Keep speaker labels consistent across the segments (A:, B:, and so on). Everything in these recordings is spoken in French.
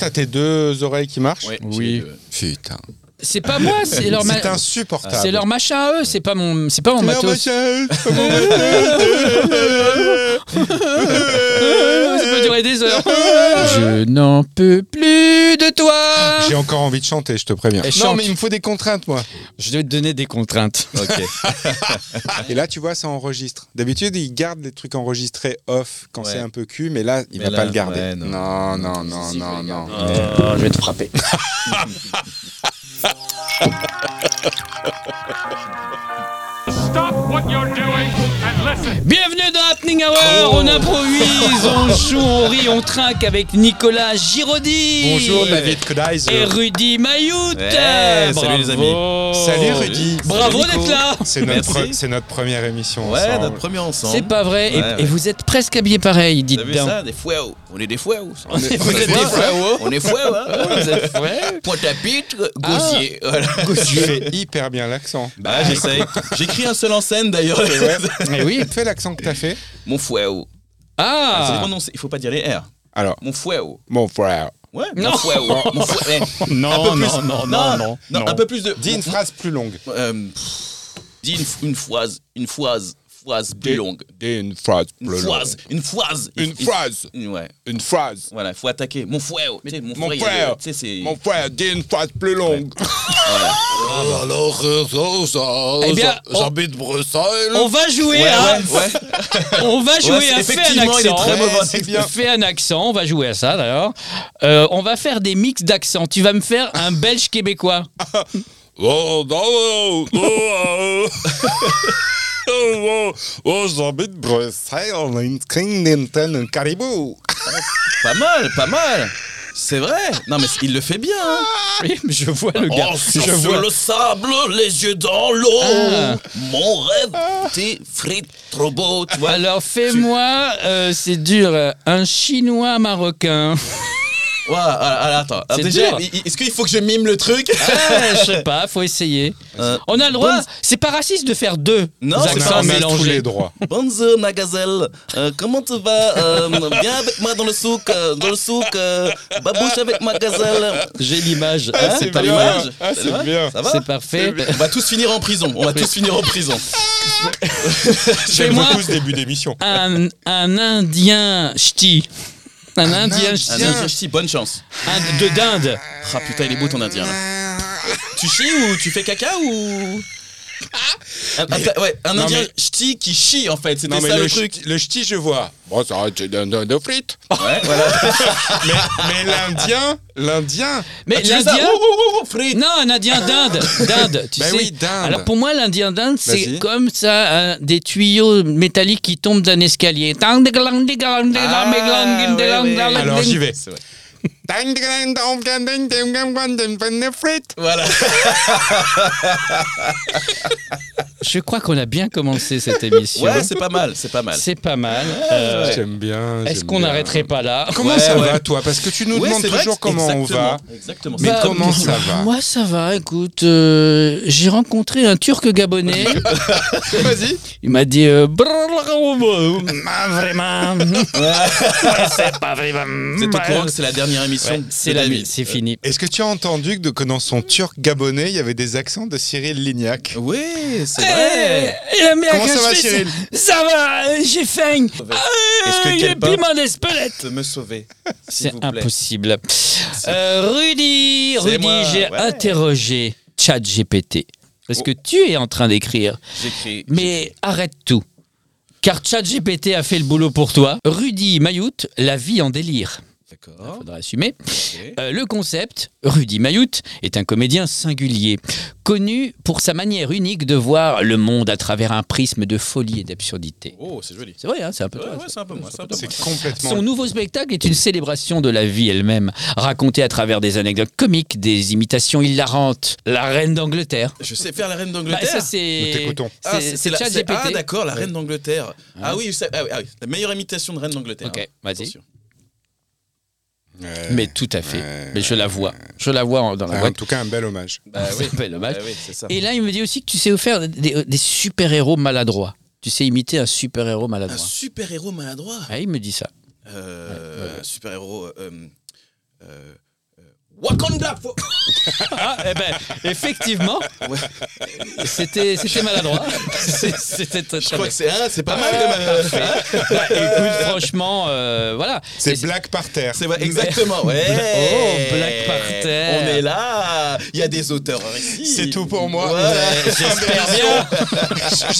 A: T'as tes deux oreilles qui marchent
B: Ouais,
C: Oui.
B: j'ai, euh,
A: Putain.
D: C'est pas moi, c'est leur, ma-
A: C'est insupportable.
D: c'est leur machin à eux, c'est pas mon, c'est pas mon
A: Leur
D: matos.
A: machin, c'est mon machin.
D: Ça peut durer des heures.
C: Euh,
D: Je n'en peux plus de
A: J'ai
D: toi.
A: encore envie de chanter, je te préviens.
D: Et
A: Non,
D: chante.
A: mais il me faut des contraintes, moi.
C: Je vais te donner des contraintes.
B: ok.
A: Et là, tu vois, ça enregistre. D'habitude, ils gardent les trucs enregistrés off quand
B: Ouais.
A: c'est un peu cul, mais là, il
B: Mais
A: va
B: là,
A: pas le garder.
B: ouais, non.
A: non, non,
B: Si,
A: non,
B: si,
A: non,
B: je vais
A: non.
B: le
D: je vais te frapper.
E: Stop what you're doing and listen.
D: Bienvenue dans Happening Hour. On improvise, on joue, on rit, on trinque avec Nicolas Giraudy.
A: Bonjour, David Kudaiser.
D: Et Rudy Mayout.
B: Ouais,
D: Bravo.
B: salut les amis.
A: Salut, Rudy.
D: Bravo
B: Salut, Nico.
D: d'être là.
A: C'est notre,
B: Merci.
A: pre- c'est notre première émission.
B: Ouais,
A: ensemble.
B: notre premier ensemble.
D: C'est pas vrai. Et,
B: Ouais, ouais.
D: et vous êtes presque habillés pareil, dites
B: T'as vu
D: donc.
B: ça Des fouets. On est des fouets. On
D: Vous êtes des
B: fouets. On est fouets. hein.
D: Vous êtes vrai
B: Pointe à pitre, gosier. Voilà.
A: Tu fais hyper bien l'accent.
B: Bah, j'essaye. J'écris un seul en scène d'ailleurs.
A: Mais oui, fais l'accent que t'as fait.
B: Mon fouet. C'est
D: Ah
B: prononcé. Il faut pas dire les R.
A: Alors,
B: Mon fouet.
A: mon frère.
B: Ouais,
D: Non.
B: mon fouet. Mon fouet. eh.
C: Non,
B: plus.
C: non, non, non, non,
B: Non, un peu plus de.
A: Dis une phrase plus longue.
B: Euh, pff, Dis une f- une phrase. Une phrase. Phrase plus longue.
A: Dis une phrase
B: Une phrase. Une phrase.
A: Une
B: Il-
A: phrase.
B: il- Ouais.
A: Une phrase.
B: Voilà, il faut attaquer. Mon frère, tu sais, mon,
A: Mon
B: frère,
A: frère.
B: tu sais, c'est.
A: Mon frère, dis une phrase plus longue.
F: Alors, euh, ça, ça,
D: Eh bien,
F: ça-
D: on-
F: j'habite Bruxelles.
D: on va jouer hein.
B: Ouais,
D: à
B: ouais, ouais.
D: on va jouer
B: Ouais, c'est-
D: à fait un
B: effectivement, il est
D: accent.
B: très mauvais.
A: c'est bien.
D: Fais un accent, on va jouer à ça d'ailleurs. Euh, on va faire des mix d'accents. Tu vas me faire un belge québécois.
F: Oh, non, non, non, euh,
A: hein. Oh, oh, oh, j'habite Bruxelles, une crème d'antenne, un caribou.
B: Oh, Pas mal, pas mal. C'est vrai. Non, mais c- il le fait bien. hein.
D: Oui, mais je vois le gars.
F: oh,
B: Sur
D: Je vois.
B: le sable, les yeux dans l'eau.
D: Ah.
B: Mon rêve, t'es frites trop beau, tu vois.
D: Alors fais-moi, euh, c'est dur, euh, un chinois marocain.
B: Ouais, alors, alors, attends. Alors,
D: C'est
B: déjà,
D: dur.
B: i- i- est-ce qu'il faut que je mime le truc
D: Ah, je sais pas, faut essayer.
B: Euh,
D: On a le droit,
B: Bonne-
D: c'est pas raciste de faire deux
B: Non,
A: On
B: c'est
A: a,
D: accents
A: on a tous
D: mélangés.
A: les droits.
B: Bonjour, ma gazelle. Euh, comment tu vas Euh, Viens avec moi dans le souk. euh, Dans le souk. euh, babouche avec ma gazelle.
D: J'ai l'image.
B: Hein,
D: Ah, c'est
B: t'as
D: pas
A: bien.
D: mal.
B: l'image
A: Ah,
B: Ça
A: c'est
B: va
A: bien.
B: Ça va
D: C'est parfait.
B: On va tous finir en prison. On va tous finir en prison.
A: J'aime
D: Fais-moi-
A: beaucoup ce début d'émission.
D: Un, un indien ch'ti. Un indien
B: Ah,
D: ch'ti.
B: non, je chie, bonne chance.
D: Un- de d'Inde.
B: Ah putain, il est beau ton indien. là. Tu chies ou tu fais caca ou. Ah. Un, un- ouais, un
A: Non,
B: indien
A: mais-
B: ch'ti qui chie en fait, c'était
A: Non, mais
B: ça le,
A: le,
B: truc.
A: ch'ti- le ch'ti, je vois. Bon, ça va, tu donnes de, de frites.
B: Ouais, voilà.
A: mais mais l'Indien, l'Indien.
D: Mais
B: Tu fais ça,
D: l'Indien.
B: ouh, ouh, ouh, frites.
D: Non, un indien d'Inde. D'Inde, tu
A: Bah
D: sais.
A: oui, d'Inde.
D: Alors pour moi, l'indien d'Inde,
A: Vas-y.
D: c'est comme ça, hein, des tuyaux métalliques qui tombent d'un escalier.
B: oui, oui.
A: Alors j'y vais.
B: C'est vrai. Voilà.
D: Je crois qu'on a bien commencé cette émission.
B: Ouais, c'est pas mal, c'est pas mal.
D: c'est pas mal. Euh,
A: J'aime bien.
D: Est-ce
A: j'aime
D: qu'on
A: bien.
D: n'arrêterait pas là
A: Comment
B: Ouais,
A: ça
B: ouais.
A: va, toi Parce que tu nous
B: Ouais,
A: demandes
B: c'est vrai
A: toujours
B: que-
A: comment on va.
B: exactement, Exactement.
A: Mais
D: Bah,
A: comment ça va
D: Moi, ça va. Écoute, euh, j'ai rencontré un Turc gabonais.
A: Vas-y.
D: Il m'a dit euh, Ah, vraiment. Ouais, c'est pas vraiment.
B: Vous êtes au courant que c'est la dernière émission
D: Ouais,
B: de
D: C'est la
B: David.
D: nuit, c'est fini.
A: Est-ce que tu as entendu que, de- que dans son turc gabonais, il y avait des accents de Cyril Lignac
B: Oui, c'est
D: Eh,
B: vrai.
D: eh, la merde,
A: Comment ça
D: je
A: va,
D: fais,
A: Cyril
D: Ça va, euh, j'ai faim.
B: Est-ce que
D: Ah,
B: quelqu'un-
D: le piment d'Espelette.
B: De me sauver. s'il
D: C'est
B: vous plaît.
D: impossible. Euh, Rudy, Rudy,
B: moi,
D: j'ai
B: ouais.
D: interrogé ChatGPT. Parce que tu es en train d'écrire,
B: J'écris.
D: mais arrête tout. Car ChatGPT a fait le boulot pour toi. Rudy Mayout, la vie en délire.
B: D'accord.
D: Faudra assumer.
B: ok.
D: Euh, le concept, Rudy Mayout est un comédien singulier, connu pour sa manière unique de voir le monde à travers un prisme de folie et d'absurdité.
B: Oh, c'est joli.
D: C'est vrai, hein, c'est un peu
B: Ouais,
D: toi,
B: ouais,
D: ça.
B: c'est un peu moi. c'est un peu
A: C'est
B: moi.
A: complètement.
D: Son nouveau spectacle est une célébration de la vie elle-même, racontée à travers des anecdotes comiques, des imitations hilarantes. La reine d'Angleterre.
B: Je sais faire la reine
D: Bah,
B: d'Angleterre.
D: ça,
A: Nous
D: c'est.
A: t'écoutons.
B: Ah,
D: C'est
B: c'est
D: c'est
B: la- c'est-
D: ChatGPT.
B: Ah, d'accord, la reine d'Angleterre. Ah oui, ça- ah oui, ah oui, la meilleure imitation de reine d'Angleterre.
D: Ok,
B: hein.
D: vas-y.
B: Attention.
A: Ouais.
D: Mais tout à fait.
A: Ouais.
D: Mais je la vois. Je la vois en- dans la
A: Ah, En
D: boîte.
A: tout cas, un bel hommage.
B: Bah oui,
D: C'est bel hommage.
B: Bah oui, c'est ça.
D: Et là, il me dit aussi que tu sais faire des, des super-héros maladroits. Tu sais imiter un super-héros
B: un
D: maladroit.
B: super héros maladroit.
D: Ah, il me dit ça.
B: Euh, Un super héros. Euh, euh, Wakanda fo-
D: Ah, eh ben, effectivement, c'était c'était maladroit. C'est- C'était très,
B: Je
D: très
B: crois
D: bien.
B: que c'est hein, c'est pas mal quand même.
D: Bah, écoute, franchement, euh, voilà. Et-
A: C'est Black Parterre.
B: C'est vrai, exactement. Ouais.
D: Oh, Black Panther.
B: On est là. Il y a des auteurs ici.
A: C'est tout pour moi.
B: Ouais,
D: J'espère bien.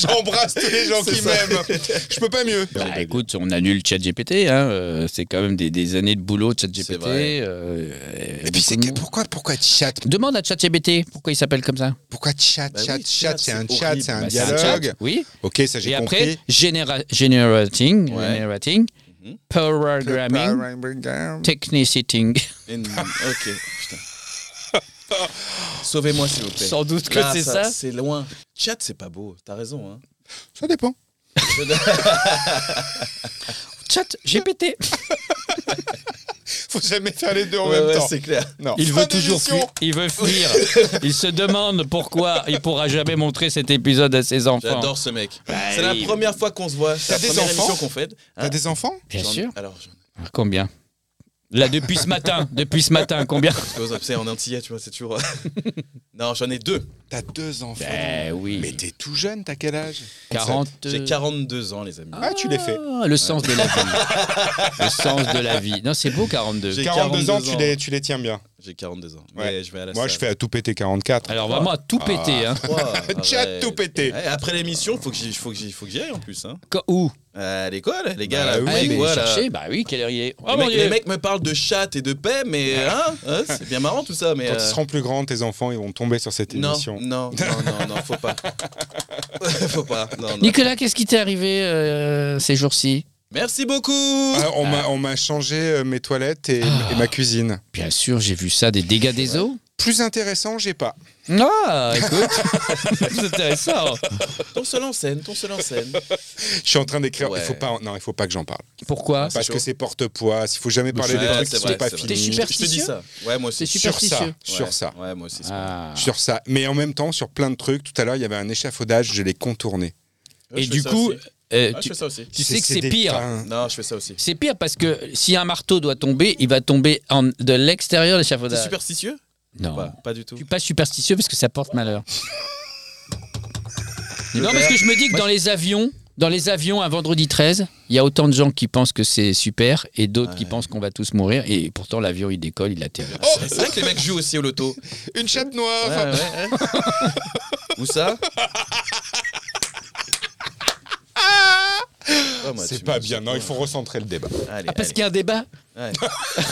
A: J'embrasse tous les gens
B: C'est
A: qui
B: ça.
A: m'aiment. Je peux pas mieux.
D: Bah, écoute, on annule ChatGPT. Hein. euh, C'est quand même des, des années de boulot
B: C'est
D: ChatGPT.
B: vrai.
D: euh,
A: Et puis c'est
D: beaucoup
A: que-
D: de monde.
A: pourquoi pourquoi chat
D: Demande à ChatGPT pourquoi il s'appelle comme ça.
A: pourquoi chat
B: Bah oui,
A: chat
B: chat,
A: chat c'est un
B: c'est
A: chat
B: horrible.
A: c'est un
D: Bah, c'est
A: dialogue
D: chat, Oui.
A: ok ça j'ai
D: Et
A: compris
D: après, généra- generating,
B: Ouais.
D: generating,
B: Mhm.
A: Bah,
D: programming, technicity.
B: Et- Ok, putain. Sauvez-moi s'il vous plaît.
D: Sans doute que
B: Là,
D: c'est ça.
B: C'est loin. Chat, c'est pas beau. T'as raison. Hein.
A: ça dépend
D: Chat GPT.
A: faut jamais faire les deux en
B: Ouais,
A: même
B: ouais,
A: temps
B: c'est clair.
A: non
D: Il
A: Fin
D: veut toujours
A: d'émission.
D: fuir. Il veut fuir. Il se demande pourquoi il pourra jamais montrer cet épisode à ses enfants.
B: J'adore ce mec. c'est
D: oui.
B: la première fois qu'on se voit. C'est la
A: bah T'as des
B: première
A: enfants
B: émission qu'on fait.
A: t'as des enfants
D: Bien
B: J'en-
D: sûr.
B: Alors, je-
D: Alors, Combien Là depuis ce matin, depuis ce matin, combien
B: parce que vous savez, en antillais, tu vois, c'est toujours. non, j'en ai deux.
A: t'as deux enfants
D: Ben
A: mais
D: oui.
A: t'es tout jeune t'as quel âge
D: 40.
B: J'ai 42 ans, les amis.
A: ah tu l'as fait
D: euh, Ah, le sens de la vie. Le sens de la vie. Non, c'est beau 42.
B: J'ai
A: 42 ans,
B: 42
A: tu les, tu les tiens bien.
B: J'ai 42 ans.
A: Ouais.
B: Mais je vais à la
A: Moi,
B: salle.
A: je fais à tout péter 44.
D: Alors vraiment à tout péter. Hein.
B: Wow,
A: Chat
B: arrête.
A: tout pété.
B: Ouais, après l'émission, faut que j'y faut que j'y- faut que j'y aille en plus. Hein.
D: Quand- Où
B: À l'école, les gars.
A: Bah
B: là,
A: oui,
B: vous
D: Ah,
B: voyez
D: mais
B: quoi, là
D: chercher, bah oui, quelle heure il est Oh,
B: les,
D: mon
B: mecs,
D: Dieu.
B: les mecs me parlent de chat et de paix, mais hein, hein, c'est bien marrant tout ça. Mais
A: Quand
B: euh,
A: ils seront plus grands, tes enfants, ils vont tomber sur cette
B: non,
A: émission.
B: non, non, non, non, faut pas, faut pas. Non, non.
D: Nicolas, qu'est-ce qui t'est arrivé euh, ces jours-ci
B: Merci beaucoup.
A: Ah, on m'a- on m'a changé euh, mes toilettes et,
B: Ah.
A: et ma cuisine.
D: Bien sûr, j'ai vu ça, des dégâts des eaux.
A: Plus intéressant, j'ai pas.
D: Ah, écoute, c'est intéressant.
B: Ton seul en scène, ton seul en scène.
A: Je suis en train d'écrire.
B: Ouais.
A: Il faut pas. en- Non, il faut pas que j'en parle.
D: Pourquoi
A: Parce
B: chaud.
A: que c'est porte-poids. Il faut jamais parler
D: Ouais,
A: des trucs
B: c'est
A: qui
B: vrai,
A: sont pas
B: c'est vrai.
A: finis.
D: T'es super-
B: Je te dis ça. Ouais, moi
D: C'est
B: aussi.
A: Sur ça,
D: superstitieux.
A: sur
B: Ouais.
A: ça,
B: Ouais, moi aussi. c'est vrai.
D: Ah.
A: sur ça. Mais en même temps, sur plein de trucs. Tout à l'heure, il y avait un échafaudage. Je l'ai contourné.
B: Ouais,
D: Et
B: je
D: du
B: fais ça
D: coup,
B: aussi.
D: euh,
B: Ah, je
D: tu,
B: fais ça aussi.
D: tu sais que c'est
A: des
D: pire.
A: pains.
B: Non, je fais ça aussi.
D: C'est pire parce que si un marteau doit tomber, il va tomber en- de l'extérieur de
B: T'es
D: l'échafaudage.
B: superstitieux
D: Non,
B: Pas, pas du tout.
D: je suis pas superstitieux parce que ça porte malheur. non, parce que je me dis que dans les avions, dans les avions, un vendredi 13, il y a autant de gens qui pensent que c'est super et d'autres qui
B: Ouais.
D: pensent qu'on va tous mourir. Et pourtant, l'avion, il décolle, il atterrit.
B: Oh c'est vrai que les mecs jouent aussi au loto.
A: Une chatte noire.
B: Ouais, ouais, ouais. Où ça Oh, moi,
A: C'est
B: tu
A: pas
B: me-
A: bien. Non, il faut recentrer le débat.
B: Allez,
D: Ah, parce
B: allez.
D: qu'il y a un débat
B: Ouais.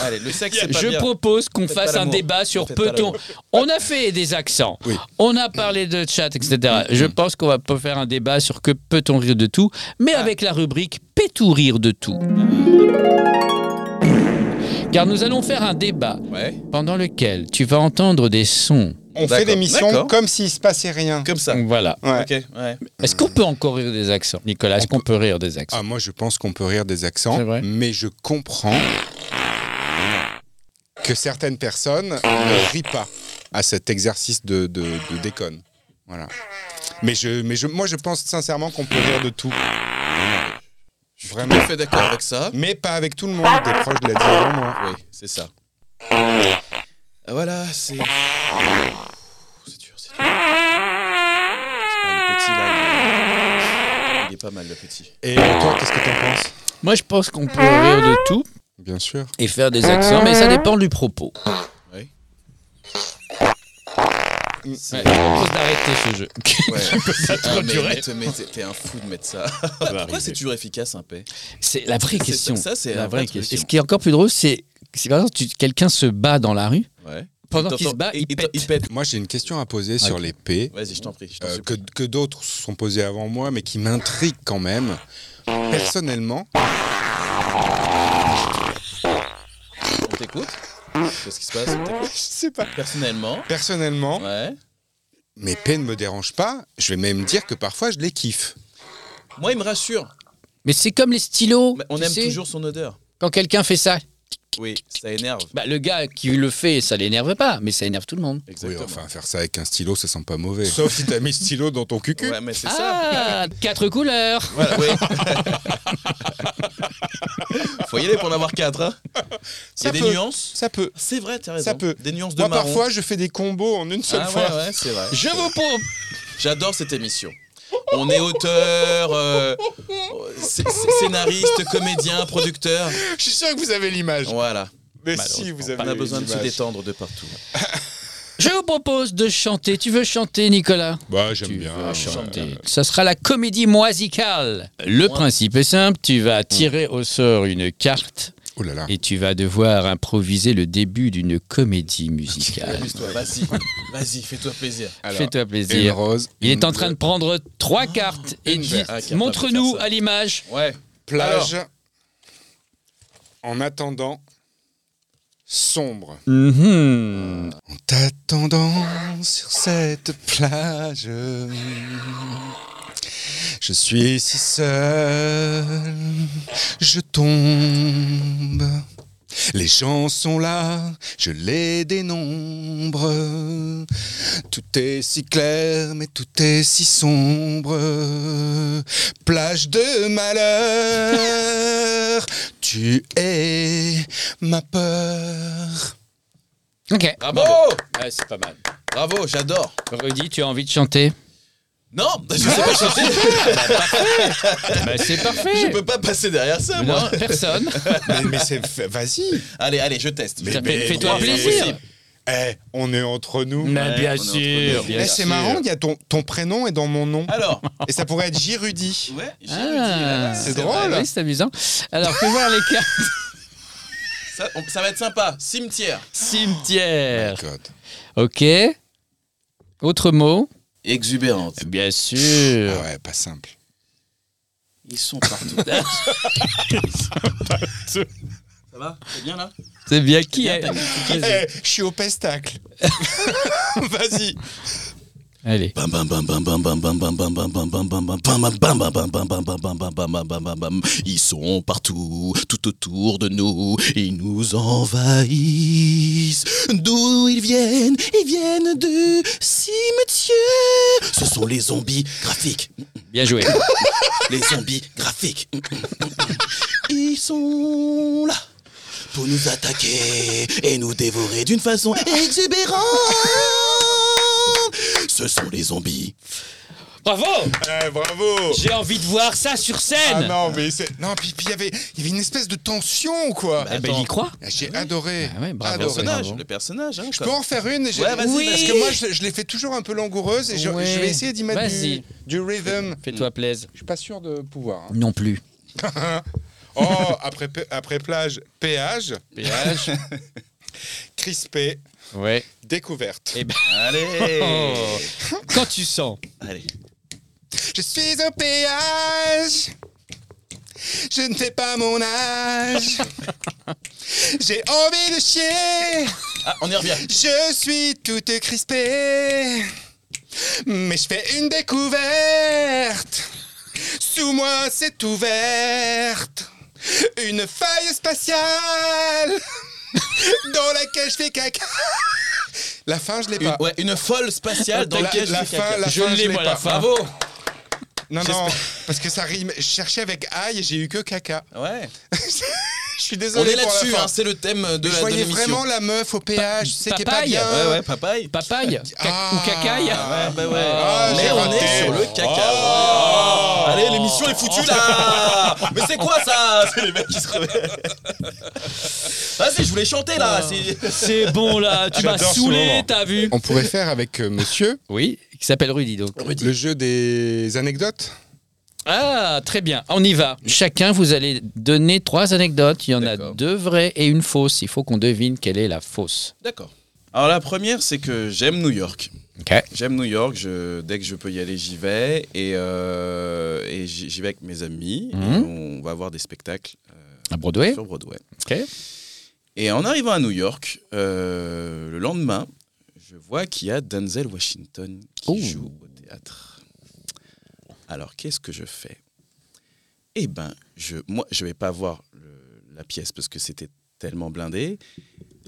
B: Allez, le sexe, c'est pas
D: Je
B: bien.
D: propose qu'on
B: Faites
D: fasse
B: pas
D: un
B: l'amour.
D: débat sur
B: Faites pas
D: peut-on.
B: l'amour.
D: On a fait des accents,
A: Oui.
D: on a parlé de chat, etc.
B: Mm-hmm.
D: Je pense qu'on va pas faire un débat sur que peut-on rire de tout, mais
B: Ah.
D: avec la rubrique Peut-on rire de tout Car nous allons faire un débat
B: Ouais.
D: pendant lequel tu vas entendre des sons.
A: On
B: D'accord.
A: fait l'émission
B: D'accord.
A: comme s'il se passait rien.
B: Comme ça.
D: Voilà.
A: Ouais.
B: Ok, ouais.
D: Est-ce qu'on peut encore rire des accents, Nicolas Est-ce qu'on peut rire des accents
A: Ah, moi, je pense qu'on peut rire des accents,
D: C'est vrai.
A: mais je comprends que certaines personnes ne rient pas à cet exercice de, de, de déconne. Voilà. Mais, je, mais je, moi, je pense sincèrement qu'on peut rire de tout. Vraiment.
B: Tout à fait d'accord avec ça.
A: Mais pas avec tout le monde, des proches de la vie avant moi.
B: Oui, c'est ça. Ah, Voilà, c'est. C'est dur, c'est dur. C'est pas le petit là. Il est- il est pas mal le petit.
A: Et toi, qu'est-ce que t'en penses
B: Ah.
D: Moi, je pense qu'on peut rire de tout
A: Bien sûr.
D: et faire des accents, mais ça dépend du propos.
B: Oui.
A: Mm.
D: Ouais, je propose d'arrêter ce jeu.
B: Ouais. Ah, mais- mais t'es- mais t'es t'es un fou de mettre ça. Pourquoi c'est toujours efficace un P
D: C'est la
B: Ça,
D: vraie
B: c'est-
D: question.
B: ça, c'est
D: la
B: un
D: vraie
B: vrai
D: question.
B: truc.
D: Et ce qui est encore plus drôle, c'est si par exemple tu- quelqu'un se bat dans la rue,
B: Ouais.
D: pendant
B: T'entends-
D: qu'il se bat,
B: et-
D: il
B: et-
D: pète.
B: Il pète.
A: Moi, j'ai une question à poser sur
D: Ok.
A: les P,
B: Vas-y, je t'en prie. je t'en
A: euh,
B: supplie.
A: que, que d'autres se sont posées avant moi, mais qui m'intriguent quand même. Personnellement,
B: On t'écoute Qu'est-ce qui se passe On t'écoute.
A: je sais pas.
B: Personnellement,
A: Personnellement,
B: ouais.
A: mes P ne me dérangent pas. Je vais même dire que parfois, je les kiffe.
B: Moi, il me rassure.
D: Mais c'est comme les stylos.
B: Mais On
D: tu
B: aime
D: sais,
B: toujours son odeur.
D: Quand quelqu'un fait ça,
B: Oui, ça énerve.
D: Bah, le gars qui le fait, ça l'énerve pas, mais ça énerve tout le monde.
A: Oui,
B: Exactement.
A: enfin, faire ça avec un stylo, ça sent pas mauvais. Sauf si t'as mis stylo dans ton cucu.
B: Ouais, mais c'est ça.
D: Ah, quatre couleurs
B: Voilà, oui. Faut y aller pour en avoir quatre. Hein. Il y
A: Ça
B: a des
A: peut.
B: nuances.
A: Ça peut.
B: C'est vrai, t'as raison.
A: Ça peut.
B: Des nuances de
A: Moi,
B: marron.
A: parfois, je fais des combos en une seule
B: ah,
A: fois.
B: ouais, ouais, c'est vrai.
D: Je vous prouve
B: J'adore cette émission. On est auteur, euh, sc- sc- scénariste, comédien, producteur.
A: Je suis sûr que vous avez l'image.
B: Voilà.
A: Mais si, vous avez
B: On a besoin de se
A: l'image.
B: détendre de partout.
D: Je vous propose de chanter. Tu veux chanter, Nicolas
A: Bah, j'aime
D: Tu
A: bien.
D: vas
A: ouais.
D: chanter. Ça sera la comédie moisicale. Le principe est simple. Tu vas tirer au sort une carte
A: Oh là là.
D: et tu vas devoir improviser le début d'une comédie
A: Ah,
D: musicale.
B: Amuse-toi, vas-y. Vas-y, fais-toi plaisir.
A: Alors,
D: Fais-toi
A: une
D: plaisir.
A: rose.
D: Il est en
A: une
D: train de prendre trois cartes et
A: une
D: dit
A: verte.
B: Ah, capable de
D: montre-nous
B: faire ça.
D: à l'image.
B: Ouais.
A: plage. En attendant, sombre.
D: Mhm.
A: En t'attendant sur cette plage, je suis si seul, je tombe. Les gens sont là, je les dénombre. Tout est si clair, mais tout est si sombre. Plage de malheur, tu es ma peur.
D: Ok.
B: Bravo
D: Ouais, c'est pas mal.
B: Bravo, j'adore.
D: Rudy, tu as envie de chanter
B: Non, je
A: Ah,
B: sais pas chanter.
D: Bah, C'est
B: Je
D: parfait.
B: peux pas passer derrière ça,
D: Non,
B: moi.
D: personne.
A: Mais, mais c'est. fait- Vas-y!
B: Allez, allez, je teste.
A: Mais-
D: Ça
A: mais-
D: fait- Fais-toi
B: mais-
D: plaisir.
A: Eh, on est entre nous.
D: Mais
B: Ouais, on est
D: bien
B: entre
D: sûr.
B: nous.
D: bien
A: Eh, c'est
D: sûr.
A: marrant, il y a ton, ton prénom est dans mon nom.
B: Alors,
A: Et ça pourrait être Girudi.
B: ouais, j'ai dit,
D: Ah,
B: là,
A: C'est
B: vrai.
A: drôle.
D: Oui, c'est amusant. Alors, fais voir les cartes.
B: Ça, on- ça va être sympa. Cimetière.
D: Cimetière.
A: Oh,
D: Ok. Autre mot
B: Exubérante.
D: Bien sûr.
A: Ah ouais, pas simple.
B: Ils sont partout. Ça va C'est bien là
D: C'est bien qui est.
A: Eh, je suis au pestacle. Vas-y.
D: Allez.
G: bam bam bam bam bam bam bam bam bam bam bam bam bam bam bam bam bam bam bam bam bam bam bam bam bam bam bam bam ils sont partout tout autour de nous ils nous envahissent d'où ils viennent ils viennent du cimetière ce sont les zombies graphiques
D: Bien joué.
G: les zombies graphiques. Mm, Ils sont là pour nous attaquer et nous dévorer d'une façon exubérante. Ce sont les zombies.
D: Bravo
A: Eh, bravo.
D: J'ai envie de voir ça sur
A: Ah
D: scène.
A: non, mais c'est. Non, puis puis il y avait- il y avait une espèce de tension, quoi.
D: Eh ben, il y croit.
A: J'ai adoré.
D: Ah ouais, bravo.
A: Adoré.
D: Personnage. Bravo.
B: Le personnage, hein,
A: Je
B: comme-
A: peux en faire une j'ai-
B: Ouais, vas-y,
D: Oui.
A: Parce que moi, je, je les fais toujours un peu langoureuse et je,
D: Ouais.
A: je vais essayer d'y mettre du,
D: Vas-y.
A: du rhythm.
D: Fais-toi plaisir.
A: Je suis pas sûr de pouvoir. hein.
D: Non plus.
A: Oh, après, pe- après plage, péage,
D: Péage.
A: crispé,
D: Ouais.
A: découverte.
B: Allez
A: Oh.
D: Quand tu sens.
B: Allez.
A: Je suis au péage. Je ne fais pas mon âge. J'ai envie de chier.
B: Ah, on y revient.
A: Je suis toute crispée. Mais je fais une découverte. Sous moi, c'est ouverte. Une faille spatiale dans laquelle je fais caca. La fin, je l'ai
B: Une,
A: pas.
B: ouais, une folle spatiale dans
A: La-
B: laquelle
A: la
B: je fais caca.
A: fin, la
D: Je
A: fin,
D: l'ai,
A: je l'ai
D: moi,
A: pas.
D: la fin.
B: Bravo
A: Non, non, parce que ça rime. Je cherchais avec aïe et j'ai eu que caca.
B: Ouais.
A: Je suis
B: On
A: désolé
B: est
A: pour
B: là-dessus,
A: la fin.
B: hein, c'est le thème de
A: je
B: la de
A: voyais
B: l'émission.
A: vraiment euh, la meuf au péage, c'est qui est pas
D: papaye.
A: bien.
B: Ouais, ouais, papaye.
D: Papaye Ca-
A: Ah.
D: Ou cacaille
B: Ah, bah ouais.
A: Ah, j'ai
B: Mais on
A: raté.
B: est sur le caca. Ouais. Allez, l'émission est foutue là Mais c'est quoi ça C'est les mecs qui se réveillent. Vas-y, je voulais chanter là. c'est-
D: C'est bon là, tu m'as
A: J'adore ce moment.
D: saoulé, t'as vu
A: On pourrait faire avec euh, monsieur
D: Oui, qui s'appelle Rudy donc.
A: le jeu des anecdotes.
D: Ah, très bien, on y va. Chacun, vous allez donner trois anecdotes. Il y en a
B: D'accord.
D: deux vraies et une fausse. Il faut qu'on devine quelle est la fausse.
B: D'accord. Alors la première, c'est que j'aime New York.
D: Ok.
B: J'aime New York, je, dès que je peux y aller, j'y vais. Et, euh, et j'y j'y vais avec mes amis.
D: Mhm.
B: Et on va voir des spectacles
D: À Broadway
B: sur Broadway.
D: Ok.
B: Et en arrivant à New York, euh, le lendemain, je vois qu'il y a Denzel Washington qui
D: Oh.
B: joue au théâtre. Alors qu'est-ce que je fais Eh ben, je, moi, je vais pas voir le- la pièce parce que c'était tellement blindé.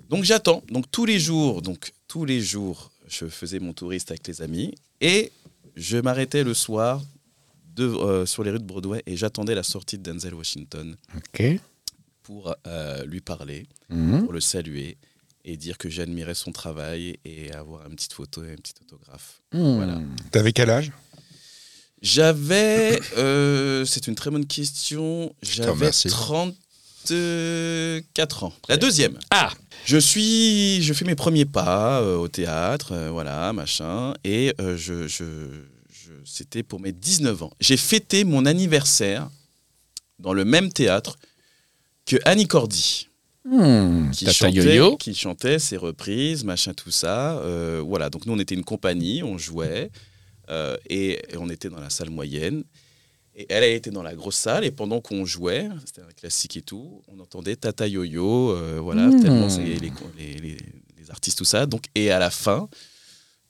B: Donc j'attends. Donc tous les jours, donc tous les jours, je faisais mon touriste avec les amis et je m'arrêtais le soir de- euh, sur les rues de Broadway et j'attendais la sortie de Denzel Washington
D: Ok.
B: pour euh, lui parler,
D: Mhm.
B: pour le saluer et dire que j'admirais son travail et avoir une petite photo et un petit autographe.
D: Mhm. Hmm.
B: Voilà.
A: T'avais quel âge
B: J'avais. euh, c'est une très bonne question. J'avais
A: remercie.
B: 34 ans. La deuxième.
D: Ah.
B: Je suis. Je fais mes premiers pas euh, au théâtre, euh, voilà, machin. Et euh, je. je, je- c'était pour mes 19 ans. J'ai fêté mon anniversaire dans le même théâtre que Annie Cordy
D: Hmm,
B: qui
D: Tata
B: chantait,
D: Yo-Yo.
B: qui chantait ses reprises, machin, tout ça. Euh, voilà, donc nous, on était une compagnie, on jouait, euh, et, et on était dans la salle moyenne. Et elle, elle était dans la grosse salle, et pendant qu'on jouait, c'était un classique et tout, on entendait Tata Yo-Yo, euh, voilà,
D: Mmh.
B: tellement c'est les, les- les- les artistes, tout ça. Donc, et à la fin,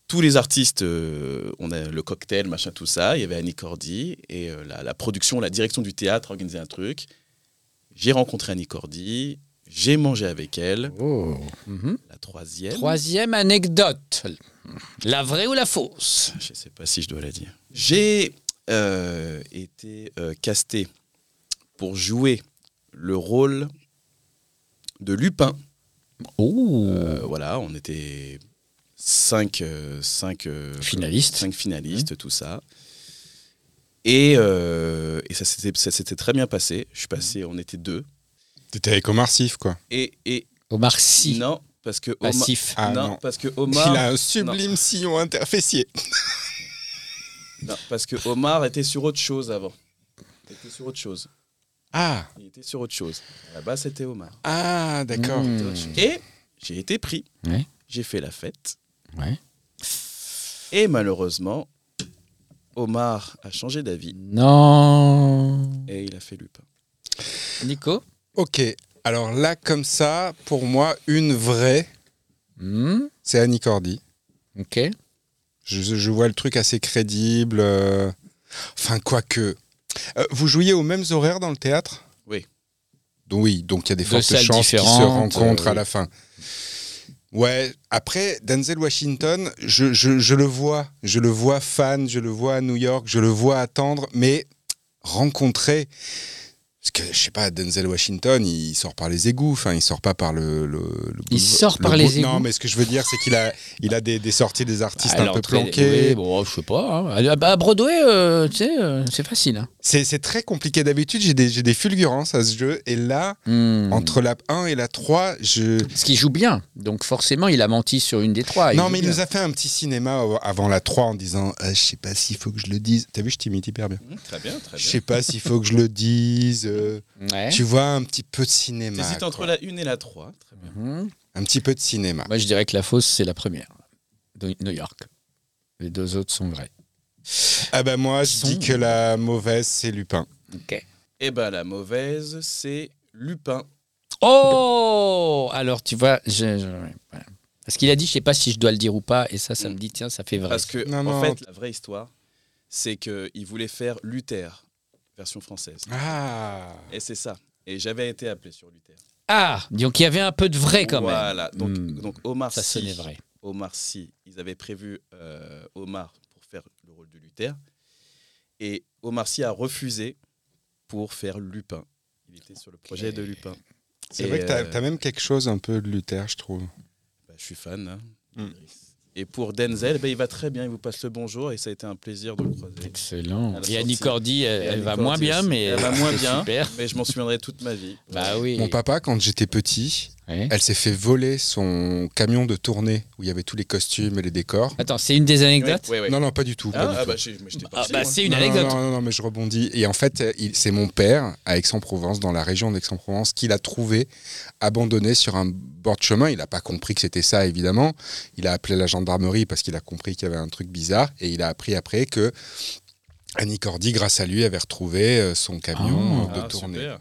B: tous les artistes, euh, on a le cocktail, machin, tout ça. Il y avait Annie Cordy, et euh, la, la production, la direction du théâtre organisait un truc. J'ai rencontré Annie Cordy, j'ai mangé avec elle.
D: Mhm.
B: La troisième.
D: Troisième anecdote. La vraie ou la fausse
B: Ah, Je sais pas si je dois la dire. J'ai euh, été euh, casté pour jouer le rôle de Lupin.
D: Oh.
B: Euh, voilà, on était cinq, euh, cinq, euh,
D: Finalistes.
B: cinq finalistes, tout ça. Et, euh, et ça s'était ça s'était très bien passé. Je suis passé, on était deux.
A: T'étais avec Omar Sif, quoi.
B: Et, et
D: Omar Sy.
B: non, parce que Omar.
D: Passif.
A: Ah,
B: non,
A: non.
B: parce que
A: Il
B: Omar.
A: a un sublime sillon interfessier.
B: non, parce que Omar était sur autre chose avant. Il était sur autre chose.
A: Ah,
B: Il était sur autre chose. Là-bas, c'était Omar.
A: ah, d'accord.
B: Et j'ai été pris.
D: Ouais.
B: J'ai fait la fête.
D: Ouais.
B: Et malheureusement, Omar a changé d'avis
D: Non.
B: et il a fait Lupin.
D: Nico
A: Ok, alors là, comme ça, pour moi, une vraie,
D: Hmm,
A: c'est Annie Cordy.
D: Ok.
A: Je, je vois le truc assez crédible. euh, Enfin, quoique. Euh, vous jouiez aux mêmes horaires dans le théâtre
B: Oui.
A: Donc, oui, donc il y a des
D: Deux
A: fortes
D: salles
A: chances qu'ils se
D: différentes,
A: rencontrent
D: euh,
A: à la fin. Ouais, après, Denzel Washington, je, je- je le vois. Je le vois fan, je le vois à New York, je le vois attendre, mais rencontrer. Parce que, je sais pas, Denzel Washington, il sort par les égouts, enfin, il sort pas par le. le- le
D: Il
A: boulevard-
D: sort
A: le
D: par les
A: boule- Non,
D: égouts
A: mais ce que je veux dire, c'est qu'il a, il a des, des sorties des artistes
D: À
A: un peu
D: Ah, l'entrée-
A: planquées.
D: oui, bon, je sais pas. hein. À- À Broadway, euh, tu sais, euh, c'est facile. hein.
A: C'est c'est très compliqué d'habitude, j'ai des, j'ai des fulgurances à ce jeu. Et là,
D: Hmm.
A: entre la 1 et la 3, je.
D: Ce qui joue bien. Donc forcément, Ah, il a menti sur une des trois.
A: non, mais il nous a fait un petit cinéma av- avant la 3 en disant Ah, Je sais pas s'il faut que je le dise. T'as vu, je t'imite hyper bien.
B: Mmh, très Bah, bien, très
A: Je sais pas s'il faut que je le dise. euh,
D: nous a. Ouais.
A: Tu vois, un petit peu de cinéma.
B: J'hésite entre
A: quoi.
B: la 1 et la 3. Très bien.
D: Hmm.
A: Un petit peu de cinéma.
D: Moi, je dirais que la fausse, c'est la première. De New York. Les deux autres sont vraies.
A: Ah bah, moi, je
D: Son.
A: dis que la mauvaise, c'est Lupin.
D: Ok.
B: Eh ben, la mauvaise, c'est Lupin.
D: Oh Alors, tu vois, je- je- ouais, voilà. parce qu'il a dit, je sais pas si je dois le dire ou pas, et ça, ça
B: Mm.
D: me dit, tiens, ça fait vrai.
B: Parce que,
A: Ah, Non,
B: en
A: non.
B: fait, la vraie histoire, c'est qu'il voulait faire Luther, version française.
A: Ah
B: Et c'est ça. Et j'avais été appelé sur Luther.
D: Ah Donc, il y avait un peu de vrai quand même.
B: voilà. Donc,
D: Hmm.
B: donc Omar
D: Ça
B: Sy,
D: sonnait vrai.
B: Omar Sy. Ils avaient prévu euh, Omar pour faire le rôle de Luther. Et Omar Sy a refusé pour faire Lupin. Il était sur le projet de Lupin.
A: C'est
B: Et,
A: vrai que t'as
B: euh,
A: t'as même quelque chose un peu de Luther, je trouve.
B: bah, je suis fan. hein.
A: Hmm.
B: Et pour Denzel, bah, il va très bien. Il vous passe le bonjour et ça a été un plaisir de le croiser.
D: Excellent.
B: À la
D: Et Annie
B: sortie.
D: Cordy, elle,
B: Et
D: elle
B: Annie
D: va
B: Cordy
D: moins bien,
B: aussi.
D: mais
B: Elle va moins
D: c'est
B: bien.
D: super.
B: Mais je m'en souviendrai toute ma vie.
D: Bah oui.
A: Mon papa, quand j'étais petit,
D: Ouais.
A: elle s'est fait voler son camion de tournée où il y avait tous les costumes et les décors.
D: Attends, c'est une des anecdotes
B: Ouais, ouais, ouais.
A: Non, non, pas du tout. pas
B: Ah,
A: du
B: ah,
A: tout.
B: bah, j'ai- mais j'étais
D: Ah,
B: parti,
D: bah,
B: moi.
D: c'est une
A: Non, non,
D: anecdote.
A: Non, non, non, mais je rebondis. Et en fait, euh, il- c'est mon père à Aix-en-Provence, dans la région d'Aix-en-Provence, qui l'a trouvé abandonné sur un bord de chemin. Il n'a pas compris que c'était ça, évidemment. Il a appelé la gendarmerie parce qu'il a compris qu'il y avait un truc bizarre. Et il a appris après que Annie Cordy, grâce à lui, avait retrouvé euh, son camion
D: Ah,
A: euh, de
B: Ah,
A: tournée.
B: super.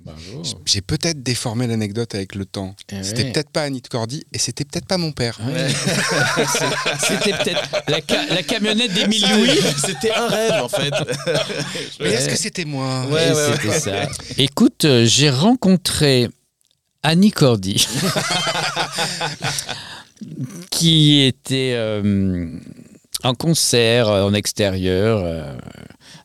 D: Bravo.
A: J- J'ai peut-être déformé l'anecdote avec le temps.
D: Eh
A: C'était
D: ouais.
A: peut-être pas Annie Cordy et c'était peut-être pas mon père.
D: Ouais. C'est- C'était peut-être la, ca- la camionnette d'Émile Louis.
B: C'était un rêve en fait.
A: Mais est-ce
D: Ouais.
A: que c'était moi
B: Ouais,
D: Et
B: ouais,
D: c'était ça. Écoute, euh, j'ai rencontré Annie Cordy, qui était euh, en concert euh, en extérieur euh,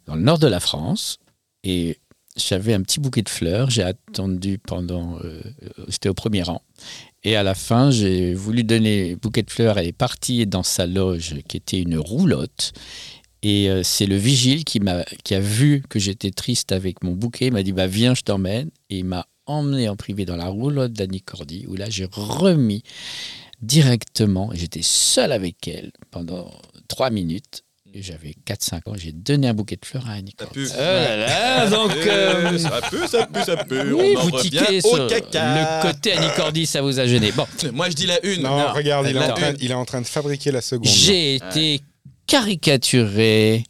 D: dans le nord de la France. Et j'avais un petit bouquet de fleurs. J'ai attendu pendant. euh, euh, J'étais au premier rang. Et à la fin, j'ai voulu donner le bouquet de fleurs. Elle est partie dans sa loge, qui était une roulotte. Et euh, c'est le vigile qui, m'a, qui a vu que j'étais triste avec mon bouquet. Il m'a dit bah, Viens, je t'emmène. Et il m'a emmené en privé dans la roulotte d'Annie Cordy, où là, j'ai remis directement. J'étais seul avec elle pendant trois minutes. Et J'avais 4-5 ans, j'ai donné un bouquet de fleurs à Annie Cordy.
B: pu.
D: Oh là là, donc. euh,
B: Ça pue, ça pue, ça pue.
D: oui,
B: Euh, on en
D: vous
B: revient
D: tiquez sur
B: au caca.
D: le côté Annie Cordy, ça vous a gêné. Bon,
B: Moi, je dis la une.
D: Non,
A: Non, regarde, il est,
D: la
A: en train,
D: une.
A: il est en train de fabriquer la seconde.
D: j'ai été caricaturé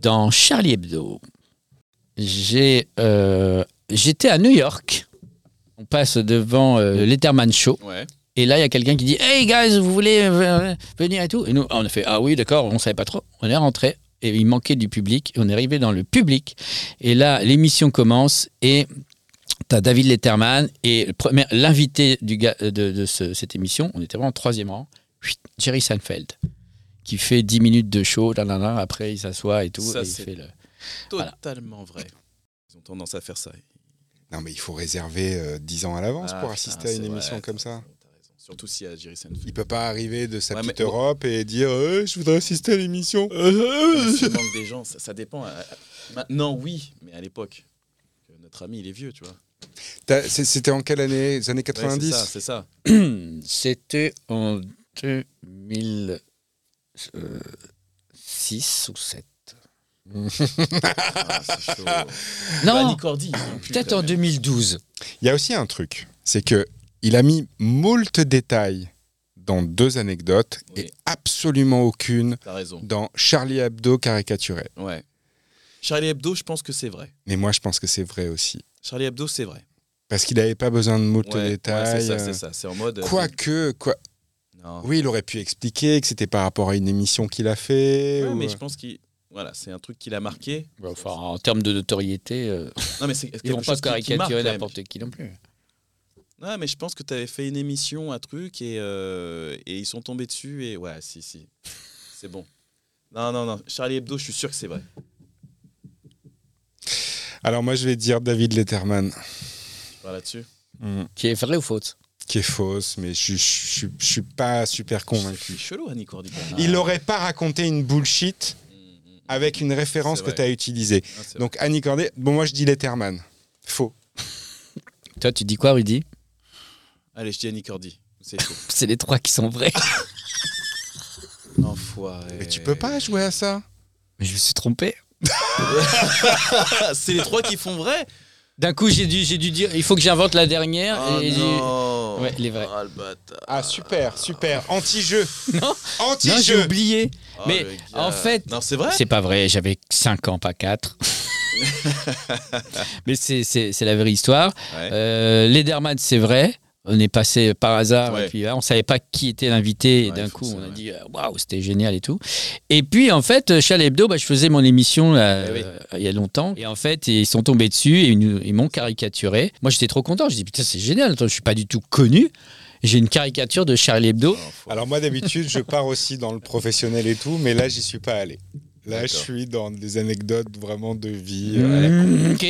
D: dans Charlie Hebdo. J'ai, euh, j'étais à New York. On passe devant euh, le Letterman Show.
B: Ouais.
D: Et là, il y a quelqu'un qui dit Hey guys, vous voulez euh, venir et tout Et nous, on a fait Ah oui, d'accord, on savait pas trop. On est rentré et il manquait du public. On est arrivé dans le public. Et là, l'émission commence et tu as David Letterman et le premier- l'invité du gars- euh, de, de ce- cette émission, on était vraiment en troisième rang, Chut, Jerry Seinfeld, qui fait 10 minutes de show. là, là, là, après, il s'assoit et tout.
B: Ça,
D: et il
B: c'est-
D: fait le-
B: Totalement vrai. Ils ont tendance à faire ça.
A: Non, mais il faut réserver euh, 10 ans à l'avance
B: Ah,
A: pour
B: putain,
A: assister à
B: c'est
A: une émission
B: vrai,
A: comme
B: t'as
A: ça.
B: raison, t'as raison. Surtout si à Jerry Seinfeld.
A: Il peut pas arriver de sa
B: Ouais,
A: petite
B: mais-
A: Europe et dire Euh, Je voudrais assister à l'émission.
B: Mais s'il manque des gens, ça, ça dépend. À- à- Maintenant, oui, mais à l'époque. Euh, Notre ami, il est vieux, tu vois.
A: T'as- c'est- C'était en quelle année Les années
B: Ouais, c'est
A: 90
B: ça, c'est ça.
D: Hmm. C'était en 2006 ou 7.
B: Ah, c'est chaud. Bah,
D: Non, Bah,
B: Annie Cordy, hein, non plus,
D: peut-être
B: quand
D: en
B: même.
D: 2012.
A: Il y a aussi un truc, c'est que il a mis moult détails dans deux anecdotes
B: Oui.
A: et absolument aucune
B: T'as raison.
A: dans Charlie Hebdo caricaturé.
B: Ouais. Charlie Hebdo, je pense que c'est vrai.
A: Mais moi, je pense que c'est vrai aussi.
B: Charlie Hebdo, c'est vrai.
A: Parce qu'il n'avait pas besoin de moult
B: Ouais, ouais, c'est
A: détails.
B: ça, c'est
A: euh,
B: ça. C'est en mode. euh,
A: Quoique, quoi...
B: Non.
A: oui, il aurait pu expliquer que c'était par rapport à une émission qu'il a fait.
B: Ouais,
A: ou- euh,
B: mais je pense qu'il. Voilà, c'est un truc qu'il a marqué.
D: Enfin, en termes de notoriété, euh,
B: Non, mais c'est
D: ils
B: quelque
D: vont pas
B: chose qui- qui marque,
D: caricaturer
B: quand même.
D: n'importe qui non plus.
B: Ouais, mais je pense que tu avais fait une émission, un truc, et, euh, et ils sont tombés dessus, et ouais, si, si. C'est bon. Non, non, non. Charlie Hebdo, je suis sûr que c'est vrai.
A: Alors moi, je vais dire David Letterman,
B: Tu parles là-dessus
D: Qui est vrai ou faute
A: qui est fausse, mais je je- je- je suis pas super
B: C'est
A: convaincu.
B: chelou, Annie Cordy.
A: Il n'aurait pas raconté une bullshit avec une référence
B: Mm, C'est
A: que
B: vrai.
A: tu as utilisée.
B: Donc,
A: Donc Annie Cordy, bon moi je dis Letterman. Faux.
D: Toi, tu dis quoi, Rudy
B: Allez, je dis Annie Cordy. C'est faux.
D: C'est les trois qui sont vrais.
B: Enfoiré.
A: Mais tu peux pas jouer à ça.
D: Mais je me suis trompé.
B: Ah, c'est les trois qui font vrai
D: D'un coup, j'ai dû, j'ai dû dire il faut que j'invente la dernière.
B: Oh
D: Ah, et j'ai-
B: non
D: Ouais, il est vrai.
B: Ah, le bâtard.
A: Ah super, super. Anti-jeu.
D: Non. Non, j'ai
A: Anti-jeu.
D: oublié.
B: Oh,
D: Mais,
B: le gars.
D: en fait-
B: Non, c'est vrai
D: C'est pas vrai, j'avais 5 ans, pas 4. Mais c'est- c'est c'est la vraie histoire.
B: Ouais.
D: Euh, Lederman, c'est vrai. On est passé par hasard,
B: Ouais.
D: et puis là, on savait pas qui était l'invité, et
B: Ouais,
D: d'un
B: faut
D: coup,
B: ça,
D: on a
B: ouais.
D: dit euh, waouh, c'était génial et tout. Et puis, en fait, euh, Charlie Hebdo, bah, je faisais mon émission là,
B: Eh oui.
D: euh, il y a longtemps, et en fait, ils sont tombés dessus et ils nous- ils m'ont caricaturé. Moi, j'étais trop content, je dis putain, c'est génial, attends, je suis pas du tout connu. J'ai une caricature de Charlie Hebdo.
B: Ah,
A: Alors moi d'habitude je pars aussi dans le professionnel et tout, mais là j'y suis pas allé. Là je
B: D'accord. Mm.
A: suis dans des anecdotes vraiment de vie. euh,
D: Mmh, ok.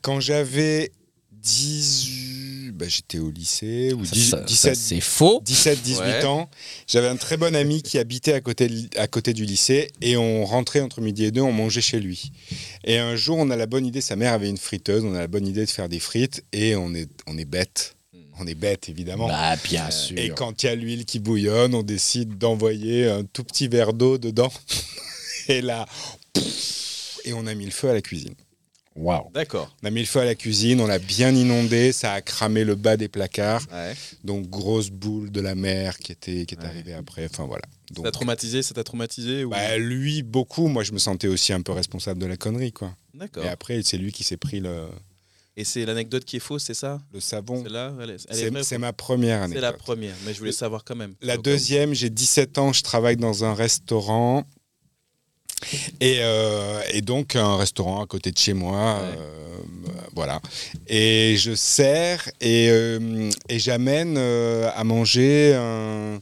A: Quand j'avais 18... bah, j'étais au lycée ou
D: Ça,
A: 10
D: ça- ça,
A: 17,
D: c'est faux.
A: 17, 18
B: Ouais.
A: ans. J'avais un très bon ami qui habitait à côté, de- à côté du lycée et on rentrait entre midi et deux, on mangeait chez lui. Et un jour, on a la bonne idée, sa mère avait une friteuse, on a la bonne idée de faire des frites et on est, on est bête. On est bête, évidemment.
D: Hmm. Bah,
B: Euh,
D: bien sûr.
A: et quand il y a l'huile qui bouillonne, on décide d'envoyer un tout petit verre d'eau dedans. et là, pff, et on a mis le feu à la cuisine. Waouh.
B: D'accord.
A: On a mis le feu à la cuisine, on l'a bien inondé, ça a cramé le bas des placards.
B: Ouais.
A: Donc grosse boule de la mer qui était qui est
B: Ouais.
A: arrivée après. Enfin voilà. Donc,
B: T'as traumatisé, ça t'a traumatisé ou...
A: bah, lui beaucoup. Moi je me sentais aussi un peu responsable de la connerie quoi.
B: D'accord.
A: Et après c'est lui qui s'est pris le,
B: Et c'est l'anecdote qui est fausse, c'est ça
A: le savon.
B: Celle-là, elle est, elle est
A: C'est
B: vraie ou
A: c'est
B: pas
A: ma première
B: C'est
A: anecdote.
B: la première, mais je voulais savoir quand même.
A: La
B: Au cas où.
A: deuxième, j'ai 17 ans, je travaille dans un restaurant. Et, euh, et donc, un restaurant à côté de chez moi. euh, voilà. Et je sers et, euh, et j'amène euh, à manger un.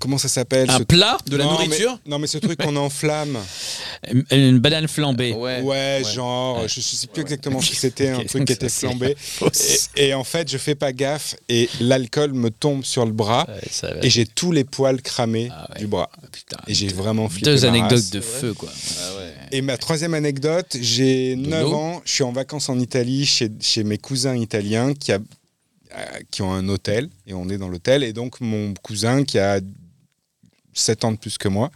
A: Comment ça s'appelle
D: Un
A: ce-
D: plat
B: De la
A: Non,
B: nourriture
A: mais- Non, mais ce truc qu'on enflamme.
D: Une- Une banane flambée.
A: Ouais, genre, je ne sais plus exactement si c'était un
D: Ok,
A: truc
D: donc
A: qui
D: ça,
A: était
D: c'est
A: flambé. Et, et en fait, je fais pas gaffe et l'alcool me tombe sur le bras
D: Ah Ouais, ça va.
A: et j'ai tous les poils cramés
D: Ah ouais.
A: du bras.
D: Putain,
A: Et j'ai vraiment flippé.
D: deux
A: ma race.
D: anecdotes de feu, quoi.
B: Ah
A: Et ma troisième anecdote, j'ai 9
D: l'eau.
A: ans, je suis en vacances en Italie chez, chez mes cousins italiens qui, a- euh, qui ont un hôtel, et on est dans l'hôtel, et donc mon cousin qui a 7 ans de plus que moi,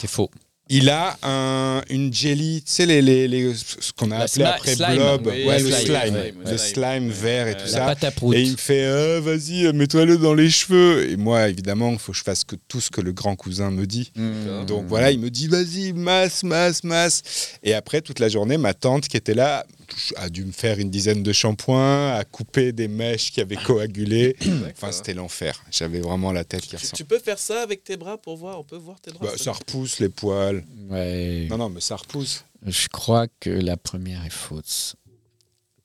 D: C'est faux.
A: il a un- une jelly, tu sais, les, les- les- ce qu'on a
D: La
A: appelé
D: sli-
A: après
D: slime.
A: blob,
B: Oui,
A: ouais,
B: la
A: le slime,
B: slime,
A: le
B: ouais,
A: slime,
B: ouais.
A: vert et tout
D: Euh, La
A: ça.
D: pâte à prout.
A: Et il me fait Ah, vas-y, euh, mets-toi-le dans les cheveux. Et moi, évidemment, il faut que je fasse que tout ce que le grand cousin me dit.
B: D'accord.
A: Donc voilà, il me dit vas-y, masse, masse, masse. Et après, toute la journée, ma tante qui était là a dû me faire une dizaine de shampoings, a coupé des mèches qui avaient coagulé. enfin, c'était l'enfer. J'avais vraiment la tête qui
H: Tu,
A: ressemble.
H: tu peux faire ça avec tes bras pour voir On peut voir tes bras
A: Bah,
H: ça
A: ça repousse les poils.
D: Ouais.
A: Non, non, mais ça repousse.
D: Je crois que la première est fausse.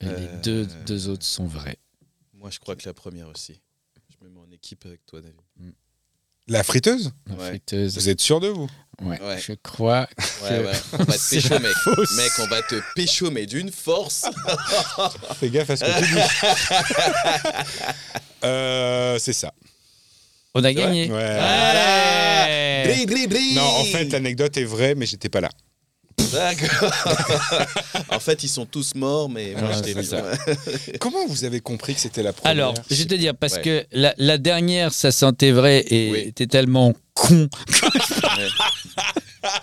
D: Et
H: Euh,
D: Les deux, deux autres sont vraies.
H: Moi, je crois que la première aussi. Je me mets en équipe avec toi, David.
A: La friteuse
D: La
H: Ouais.
D: friteuse.
A: Vous êtes sûr de vous
D: Ouais.
B: Ouais.
D: Je crois.
B: Ouais, ouais. On va te pécho, mec. Mec, on va te pécho, mais d'une force.
A: Ah, Fais gaffe à ce que tu dis. Euh, c'est ça.
D: On a gagné.
A: Ouais.
B: Voilà.
D: Ouais.
B: Bri, bri, bri.
A: Non, en fait, l'anecdote est vraie, mais j'étais pas là.
B: D'accord.
H: En fait, ils sont tous morts, mais moi,
A: Ah,
D: Ouais,
H: je t'ai
D: c'est
H: mis.
D: ça.
A: Comment vous avez compris que c'était la première
D: Alors, je vais te dire, parce
B: Ouais.
D: que la, la dernière, ça sentait vrai et
B: Oui.
D: était tellement con.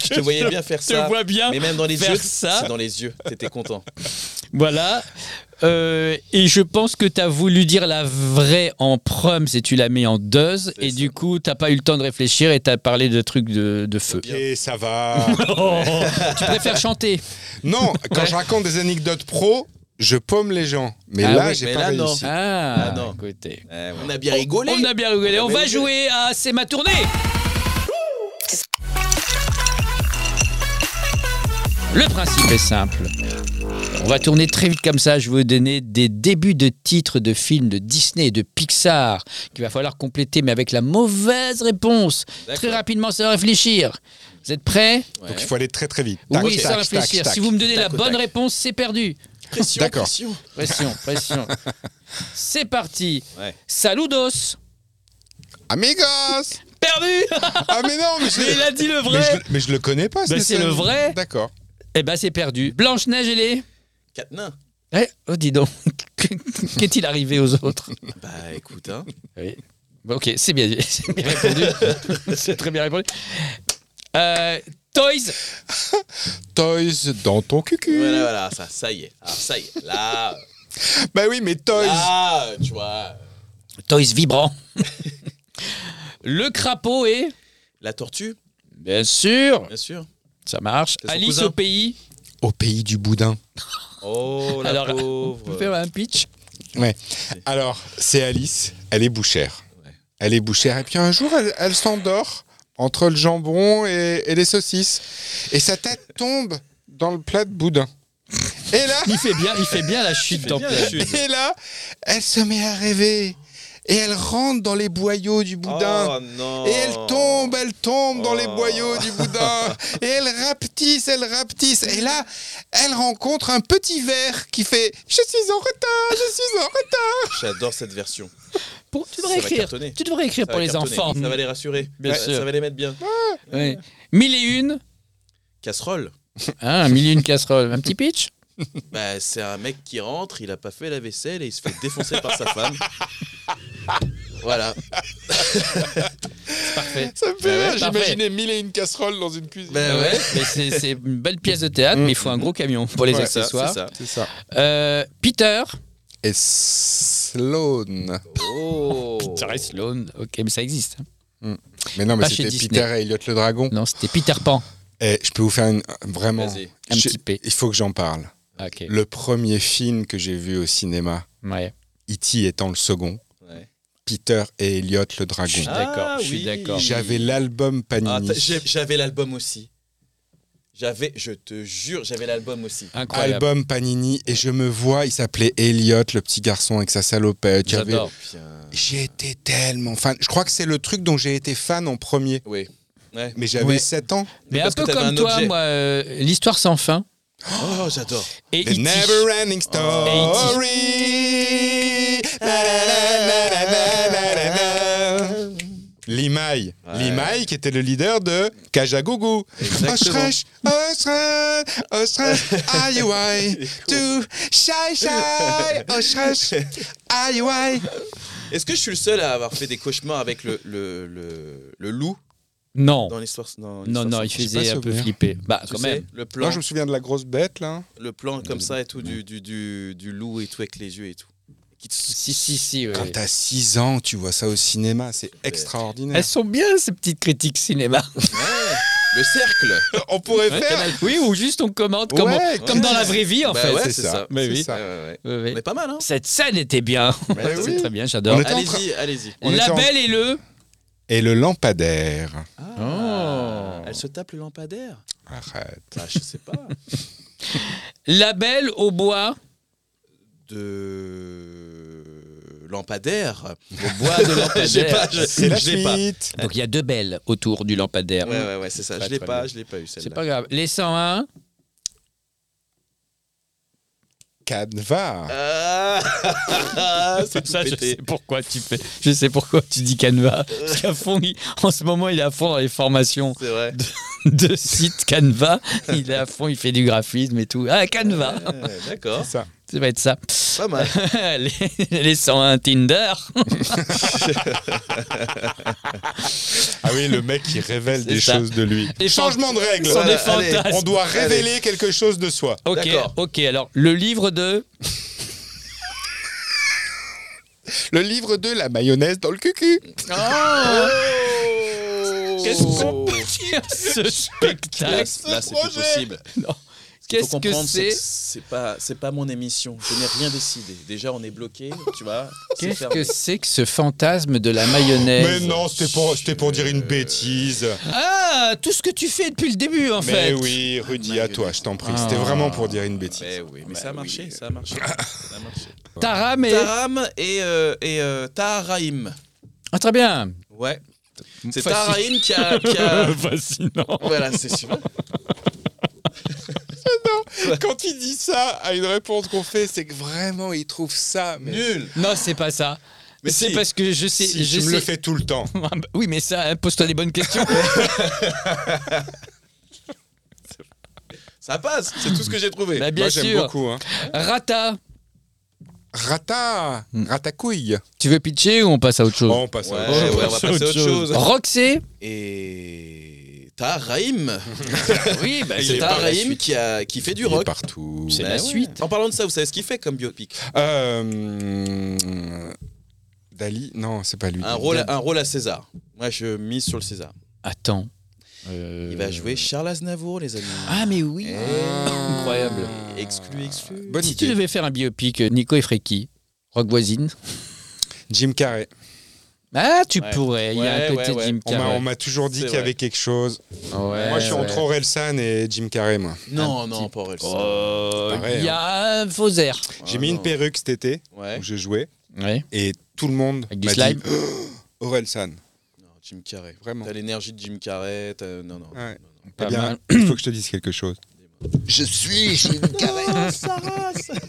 H: Je te voyais bien faire ça.
D: vois bien.
H: Mais même dans les
D: faire
H: yeux,
D: ça.
H: c'est dans les yeux. T'étais content.
D: Voilà. Euh, et je pense que tu as voulu dire la vraie en prum, et tu l'as mis en dose.
H: C'est
D: Et
H: ça.
D: du coup, t'as pas eu le temps de réfléchir et tu as parlé de trucs de, de feu.
A: Et ça va.
H: Oh.
D: tu préfères chanter
A: Non, quand je raconte des anecdotes pro, je paume les gens. Mais
D: Ah
A: là,
D: oui,
A: j'ai
H: mais là,
A: pas
H: non.
A: réussi.
D: Ah,
H: Ah non.
D: écoutez.
B: On a bien rigolé.
D: On a bien rigolé. On
B: bien
D: va
B: rigolé.
D: jouer à C'est ma tournée. Le principe est simple. On va tourner très vite comme ça. Je vais vous donner des débuts de titres de films de Disney et de Pixar qu'il va falloir compléter, mais avec la mauvaise réponse. Très rapidement, sans réfléchir. Vous êtes prêts
A: Donc il faut aller très très vite.
D: Oui, sans réfléchir. si vous me donnez la bonne réponse, c'est perdu.
H: Pression,
A: D'accord.
H: pression.
D: Pression, pression. c'est parti.
H: Ouais.
D: Saludos.
A: Amigos
D: Perdu
A: Ah mais non, mais je
D: Mais il a dit le
A: mais je,
D: vrai
A: mais je le connais pas. ce
D: Mais c'est
A: dessin
D: le
A: animé.
D: vrai.
A: D'accord.
D: Eh ben c'est perdu. Blanche-Neige, elle est
H: Quatre nains.
D: Eh, oh dis donc, qu'est-il arrivé aux autres
H: Bah écoute, hein.
D: Bon, Ok, c'est bien, c'est bien répondu. c'est très bien répondu. Euh, Toys
A: Toys dans ton cucu.
H: Voilà, voilà, ça, ça y est. Ah, ça y est. Là,
A: Bah oui, mais Toys.
D: Ah.
H: là, tu vois.
D: Toys vibrant. Le crapaud est
H: La tortue,
D: Bien sûr,
H: bien sûr.
D: ça marche.
H: C'est son
D: Alice
H: cousin.
D: au pays.
A: Au pays du boudin.
H: Oh, la
D: Alors, Vous
H: pauvre.
D: pouvez faire un pitch
A: Alors, c'est Alice. Elle est bouchère.
H: Ouais.
A: Elle est bouchère. Et puis un jour, elle, elle s'endort entre le jambon et, et les saucisses. Et sa tête tombe dans le plat de boudin. Et là,
D: Il fait bien, il fait bien la chute dans
H: bien la chute.
A: Et là, elle se met à rêver. Et elle rentre dans les boyaux du boudin.
H: Oh non.
A: Et elle tombe, elle tombe dans les
H: Oh.
A: boyaux du boudin. Et elle rapetisse, elle rapetisse. Et là, elle rencontre un petit verre qui fait « Je suis en retard, je suis en retard
H: J'adore cette version.
D: Pour-
H: Ça
D: tu devrais
H: va
D: écrire.
H: cartonner.
D: Tu devrais écrire
H: Ça
D: pour
H: va
D: les
H: cartonner.
D: enfants.
H: Ça va les rassurer.
D: Bien
H: ça,
D: sûr.
H: ça va les mettre bien.
D: Ouais. Mille et une.
H: Casserole.
D: Hein, mille et une casserole. Un petit pitch
H: Bah, c'est un mec qui rentre, il a pas fait la vaisselle et il se fait défoncer par sa femme. Voilà. ».
A: Ça me fait
D: ouais,
A: rire,
D: parfait.
A: j'imaginais mille et une casseroles dans une cuisine.
H: Ben ouais.
D: Euh, Mais c'est c'est une belle pièce de théâtre, mais il faut un gros camion pour les
A: Ouais,
H: C'est ça,
D: accessoires.
H: c'est ça.
A: C'est ça.
D: Euh, Peter.
A: Et Sloan.
H: Oh.
D: Sloan. Ok, mais ça existe.
A: Mais non, mais
D: Pas chez
A: c'était
D: Disney.
A: Peter et Elliot le dragon.
D: Non, c'était Peter Pan.
A: Et je peux vous faire une... Vraiment,
H: Vas-y.
D: Un
A: je-
D: petit P.
A: il faut que j'en parle.
D: Ok.
A: Le premier film que j'ai vu au cinéma,
D: Ouais.
A: E.T. E étant le second,
H: Ouais.
A: Peter et Elliot le
D: Je
A: dragon.
D: suis
H: Ah
D: d'accord. je suis
H: oui.
D: d'accord.
A: J'avais l'album
H: Ah,
A: Panini.
H: t'as- j'ai- J'avais l'album aussi.
B: J'avais, je te jure, j'avais l'album aussi.
D: Incroyable.
A: Album Panini et je me vois, il s'appelait Elliot, le petit garçon avec sa salopette. J'avais-
D: J'adore.
B: Putain.
A: J'étais tellement fan. Je crois que c'est le truc dont j'ai été fan en premier.
B: Oui. Ouais.
A: Mais j'avais
D: Ouais.
A: 7 ans.
D: Mais un
B: parce que
D: peu
B: t'avais
D: comme
B: un
D: toi,
B: objet.
D: moi, euh, l'histoire sans fin.
B: Oh, j'adore.
D: Et E Oh.
A: The
D: E.T. E
A: never ending story. La, la, la, la, la, la, la, la. Limaï.
B: Ouais.
A: Limaï qui était le leader de Kajagougou.
B: Exactement.
A: Oshresh, Oshresh, Oshresh, Ayouai, tout, Shai Shai, Oshresh, Ayouai.
B: Est-ce que je suis le seul à avoir fait des cauchemars avec le, le, le, le loup
D: Non.
B: dans l'histoire dans l'histoire
D: Non, non,
B: sans-
D: il
A: suis pas
D: faisait un peu
A: souvenir.
D: flipper. Bah,
B: Tu
D: quand
B: sais,
D: même.
B: Le plan,
A: Moi, je me souviens de la grosse bête, là.
B: le plan comme ça et tout, du, du, du, du loup et tout avec les yeux et tout. Qui te-
D: Si, si, si. ouais.
A: Quand t'as 6 ans, tu vois ça au cinéma, c'est extraordinaire.
D: Elles sont bien, ces petites critiques cinéma.
B: Ouais. le cercle.
A: On pourrait
D: Ouais,
A: faire...
D: Canal- oui, ou juste on commente comme, on-
A: Ouais,
D: comme dans la vraie vie, en
B: Bah
D: fait.
B: ouais,
A: c'est
B: c'est
A: ça.
B: ça.
A: Mais
D: C'est
A: oui.
B: Ouais, ouais, ouais.
D: Ouais, ouais.
B: On est pas mal, hein
D: Cette scène était bien.
A: Mais
D: C'est
A: oui.
D: très bien, j'adore.
A: On était en train-
B: Allez-y, allez-y.
A: On était
D: La
A: en-
D: belle et le.
A: Et le lampadaire.
D: Oh.
B: Ah, Elle se tape le lampadaire
A: Arrête.
B: Bah, je sais pas.
D: La belle au bois.
B: De lampadaire au bois de lampadaire.
D: J'ai pas,
B: je
A: C'est la
B: je l'ai pas.
A: suite.
D: Donc il y a deux belles autour du lampadaire.
B: Ouais, ouais, ouais, c'est ça.
D: Pas
B: Je l'ai
D: très
B: pas,
D: bien.
B: je l'ai pas eu
D: C'est
B: celle-là.
D: pas grave. Les 101.
A: Canevas.
B: Ah, c'est tout
D: Ça, je
B: pété.
D: sais pourquoi tu fais. Je sais pourquoi tu dis Canva. Parce qu'à fond, il- en ce moment, il est à fond dans les formations
B: C'est vrai.
D: de sites Canva. Il est à fond, il fait du graphisme et tout. Ah, Canva.
B: Ouais, D'accord.
A: Ça.
D: Ça va être ça.
B: Pas mal.
D: les, les 101 Tinder.
A: Ah oui, le mec qui révèle des
D: ça.
A: choses de lui.
D: Et
A: Changement de règle.
D: Sont
B: Voilà,
D: des
B: allez,
D: fantasmes.
A: On doit
B: Allez.
A: révéler quelque chose de soi.
D: Ok,
B: D'accord.
D: ok. Alors, le livre de.
A: Le livre de la mayonnaise dans le cucu.
D: Qu'est-ce qu'on peut dire ce
B: Oh. Là,
D: spectacle
B: là, c'est plus possible. Faut
D: Qu'est-ce que
B: comprendre, c'est
D: c'est
B: que c'est pas, c'est pas mon émission. Je n'ai rien décidé. Déjà, on est bloqué, tu vois. c'est
D: Qu'est-ce
B: fermé.
D: que c'est que ce fantasme de la mayonnaise
A: Mais non, c'était pour, c'était pour dire une
D: Euh,
A: bêtise.
D: Ah, tout ce que tu fais depuis le début, en
A: Mais
D: fait.
A: oui, Rudy, à toi, je t'en prie.
D: Ah.
A: C'était vraiment pour dire une bêtise.
B: Mais oui, mais
D: Bah
B: ça a marché, ça a marché. ça a marché.
D: Taram et.
B: Taram et, euh, et euh, Taharaim.
D: Ah, très bien.
B: Ouais. C'est Taharaim
D: Facile.
B: qui a. qui a-
D: Fascinant.
B: voilà, c'est sûr.
A: Quand il dit ça à une réponse qu'on fait, c'est que vraiment, il trouve ça. Mais,
B: Nul.
D: Non, c'est pas ça.
A: Mais
D: c'est
A: si.
D: parce que je sais.
A: Si,
D: je
A: tu me
D: sais-
A: le fais tout le temps.
D: Ah bah Oui, mais ça, hein, pose-toi des bonnes questions.
B: Ça passe, c'est tout ce que j'ai trouvé.
D: Bah, bien
A: Moi, j'aime
D: sûr.
A: beaucoup. Hein.
D: Rata.
A: Rata, ratacouille.
D: Tu veux pitcher ou on passe à autre chose
A: Hmm. Oh, on passe
B: Ouais,
A: à autre
B: ouais,
A: chose. Ah.
B: on va passer à autre chose.
D: Roxy
B: Et. Taharaim.
D: Oui, bah,
A: Ah, Il
B: C'est
A: est par la
B: Taharaim
A: suite.
B: qui, a, qui fait du
A: Il est
B: rock.
A: partout.
D: C'est
B: Bah
D: la
B: ouais.
D: suite.
B: En parlant de ça, vous savez ce qu'il fait comme biopic
A: Euh, Dali Non, c'est pas lui.
B: un rôle, un rôle à César. Moi, je mise sur le César.
D: Attends.
B: Il
A: Euh.
B: va jouer Charles Aznavour, les amis.
D: Ah, mais oui.
B: Eh.
D: Incroyable.
B: Exclu, exclu.
A: Bonne
D: si
A: idée.
D: tu devais faire un biopic, euh, Nico et Fréki, rock voisine.
A: Jim Carrey.
D: Ah, tu
B: Ouais.
D: pourrais. Il y a un
B: Ouais,
D: côté
B: ouais, ouais.
D: Jim
A: On m'a-
D: Carrey.
A: on m'a toujours dit
B: C'est
A: qu'il y avait
B: vrai.
A: quelque chose.
D: Ouais,
A: moi, je suis
D: ouais.
A: entre Orelsan et Jim Carrey, moi.
B: Non, non, pas Orelsan.
A: Pareil,
D: Il y
A: hein.
D: a un faux air.
A: J'ai mis une perruque cet été
B: Ouais.
A: où je jouais
D: Ouais.
A: et tout le monde
D: Avec du
A: m'a
D: slime.
A: dit Oh, Orelsan.
B: Non, Jim Carrey.
A: Vraiment.
B: T'as l'énergie de Jim Carrey. t'as- Non, non.
A: Ouais.
B: non,
A: Eh
D: Pas
A: bien,
D: mal.
A: il faut que je te dise quelque chose.
I: Je suis Jim Carrey.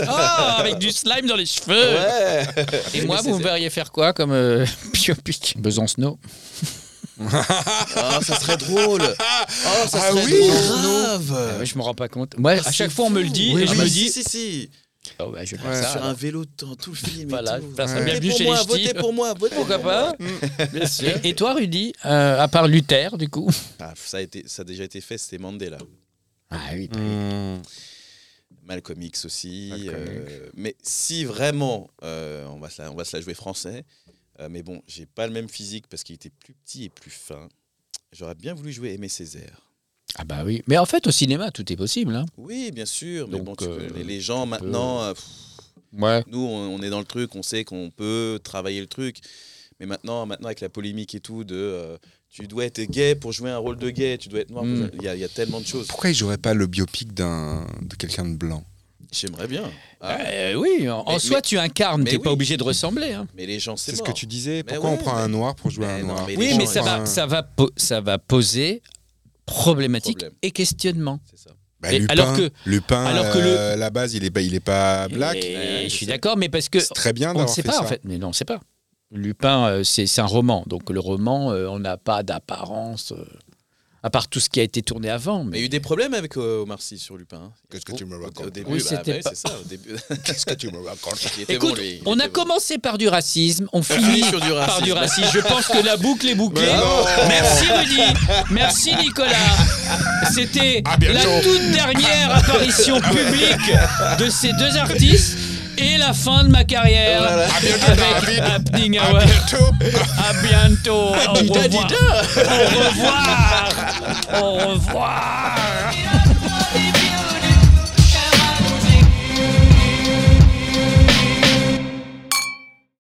D: Ah, avec du slime dans les
B: non.
D: cheveux.
B: Ouais.
D: Et moi,
B: Mais
D: vous me
B: c'est-
D: verriez faire quoi comme euh, biopic Besancenot.
B: Ah, ça serait drôle. Ah, ça
A: Ah
B: serait
A: oui,
B: drôle.
D: Ah
B: Grave.
D: ouais, je me rends pas compte. Moi, à chaque fois, on me le dit
B: Euh. Ah, Oui,
D: et je
B: ah,
D: me
B: si,
D: dis.
B: Si, si.
D: Oh, bah, je vais faire
A: Ouais.
D: ça.
B: Sur
D: alors.
B: un vélo dans tout le film. et
D: Voilà,
B: tout.
D: ça serait
B: Votez
D: bienvenu
B: pour
D: chez
B: moi,
D: les
B: votez
D: ch'tis.
B: pour moi, votez
D: Pourquoi
B: pour moi.
D: pas
B: Mm.
D: Et, et toi, Rudy, euh, à part Luther, du coup
B: Ah, ça, a été, ça a déjà été fait, c'était Mandela.
D: Ah oui.
B: Hmm. Malcolm X aussi.
A: Malcolm
B: euh, mais si vraiment, euh, on, va se la, on va se la jouer français. euh, mais bon, j'ai pas le même physique parce qu'il était plus petit et plus fin. J'aurais bien voulu jouer Aimé Césaire.
D: Ah bah oui. Mais en fait, au cinéma, tout est possible. Hein.
B: Oui, bien sûr. Mais
D: Donc,
B: bon, tu
D: euh,
B: connais les, les gens maintenant, euh, pff,
D: Ouais.
B: nous, on, on est dans le truc, on sait qu'on peut travailler le truc. Mais maintenant, maintenant avec la polémique et tout, de euh, tu dois être gay pour jouer un rôle de gay, tu dois être noir.
A: Hmm.
B: pour
D: Mm.
B: jouer- Il y, a- il y a tellement de choses.
A: Pourquoi il jouerait pas le biopic d'un de quelqu'un de blanc
B: J'aimerais bien. Ah,
D: Euh, oui, en, en
B: Mais-
D: soi, tu incarnes,
B: mais
D: t'es pas
B: oui.
D: obligé de ressembler. hein.
B: mais les gens, c'est
A: C'est ce
B: mort.
A: que tu disais.
B: Mais
A: Pourquoi
B: ouais,
A: on prend
B: mais-
A: un noir pour jouer
B: Mais
A: un
B: non,
A: noir
B: mais Et
D: Oui,
B: les
D: mais
B: gens, hein.
D: ça
B: ils
A: ont un-
D: va, ça, va po- ça va poser problématique
B: Problème.
D: et questionnement.
A: Bah,
D: Mais
A: Lupin,
D: alors que-
A: Lupin,
D: alors que le-
A: euh, à la base, il est pas, il est pas black.
D: Et
B: Ouais,
D: je
B: je
D: suis
B: sais.
D: d'accord, mais parce que
A: C'est très bien
D: on ne
A: d'avoir
D: sait
A: fait
D: pas
A: ça.
D: en fait. Mais non, on ne sait pas. Lupin, euh, c'est c'est un roman, donc le roman, euh, on n'a pas d'apparence, euh, à part tout ce qui a été tourné avant.
B: Mais il y
D: Mais
B: a eu des problèmes avec euh, Omar Sy sur Lupin. hein.
A: Qu'est-ce que tu me
D: Oh.
B: Au- Au
A: racontes
B: début,
D: Oui,
B: bah,
D: c'était
B: ouais,
D: pas-
B: c'est ça. Au début,
A: Qu'est-ce que tu me racontes
B: il était
D: écoute,
B: bon, lui, il
D: on a
B: était bon.
D: commencé par du racisme, on
B: On finit
D: finit
B: sur du
D: par
B: racisme.
D: du racisme. Je pense que la boucle est bouclée. Merci Rudy, merci Nicolas. C'était
B: Ah,
A: À bientôt.
D: la toute dernière apparition publique de ces deux artistes et la fin de ma carrière
B: Ah,
A: À bientôt,
D: avec
A: Ah, David. Ah,
D: Happening
A: À
D: Hour.
A: bientôt.
D: À bientôt. Au
B: Dida,
D: revoir. Au revoir. Au revoir.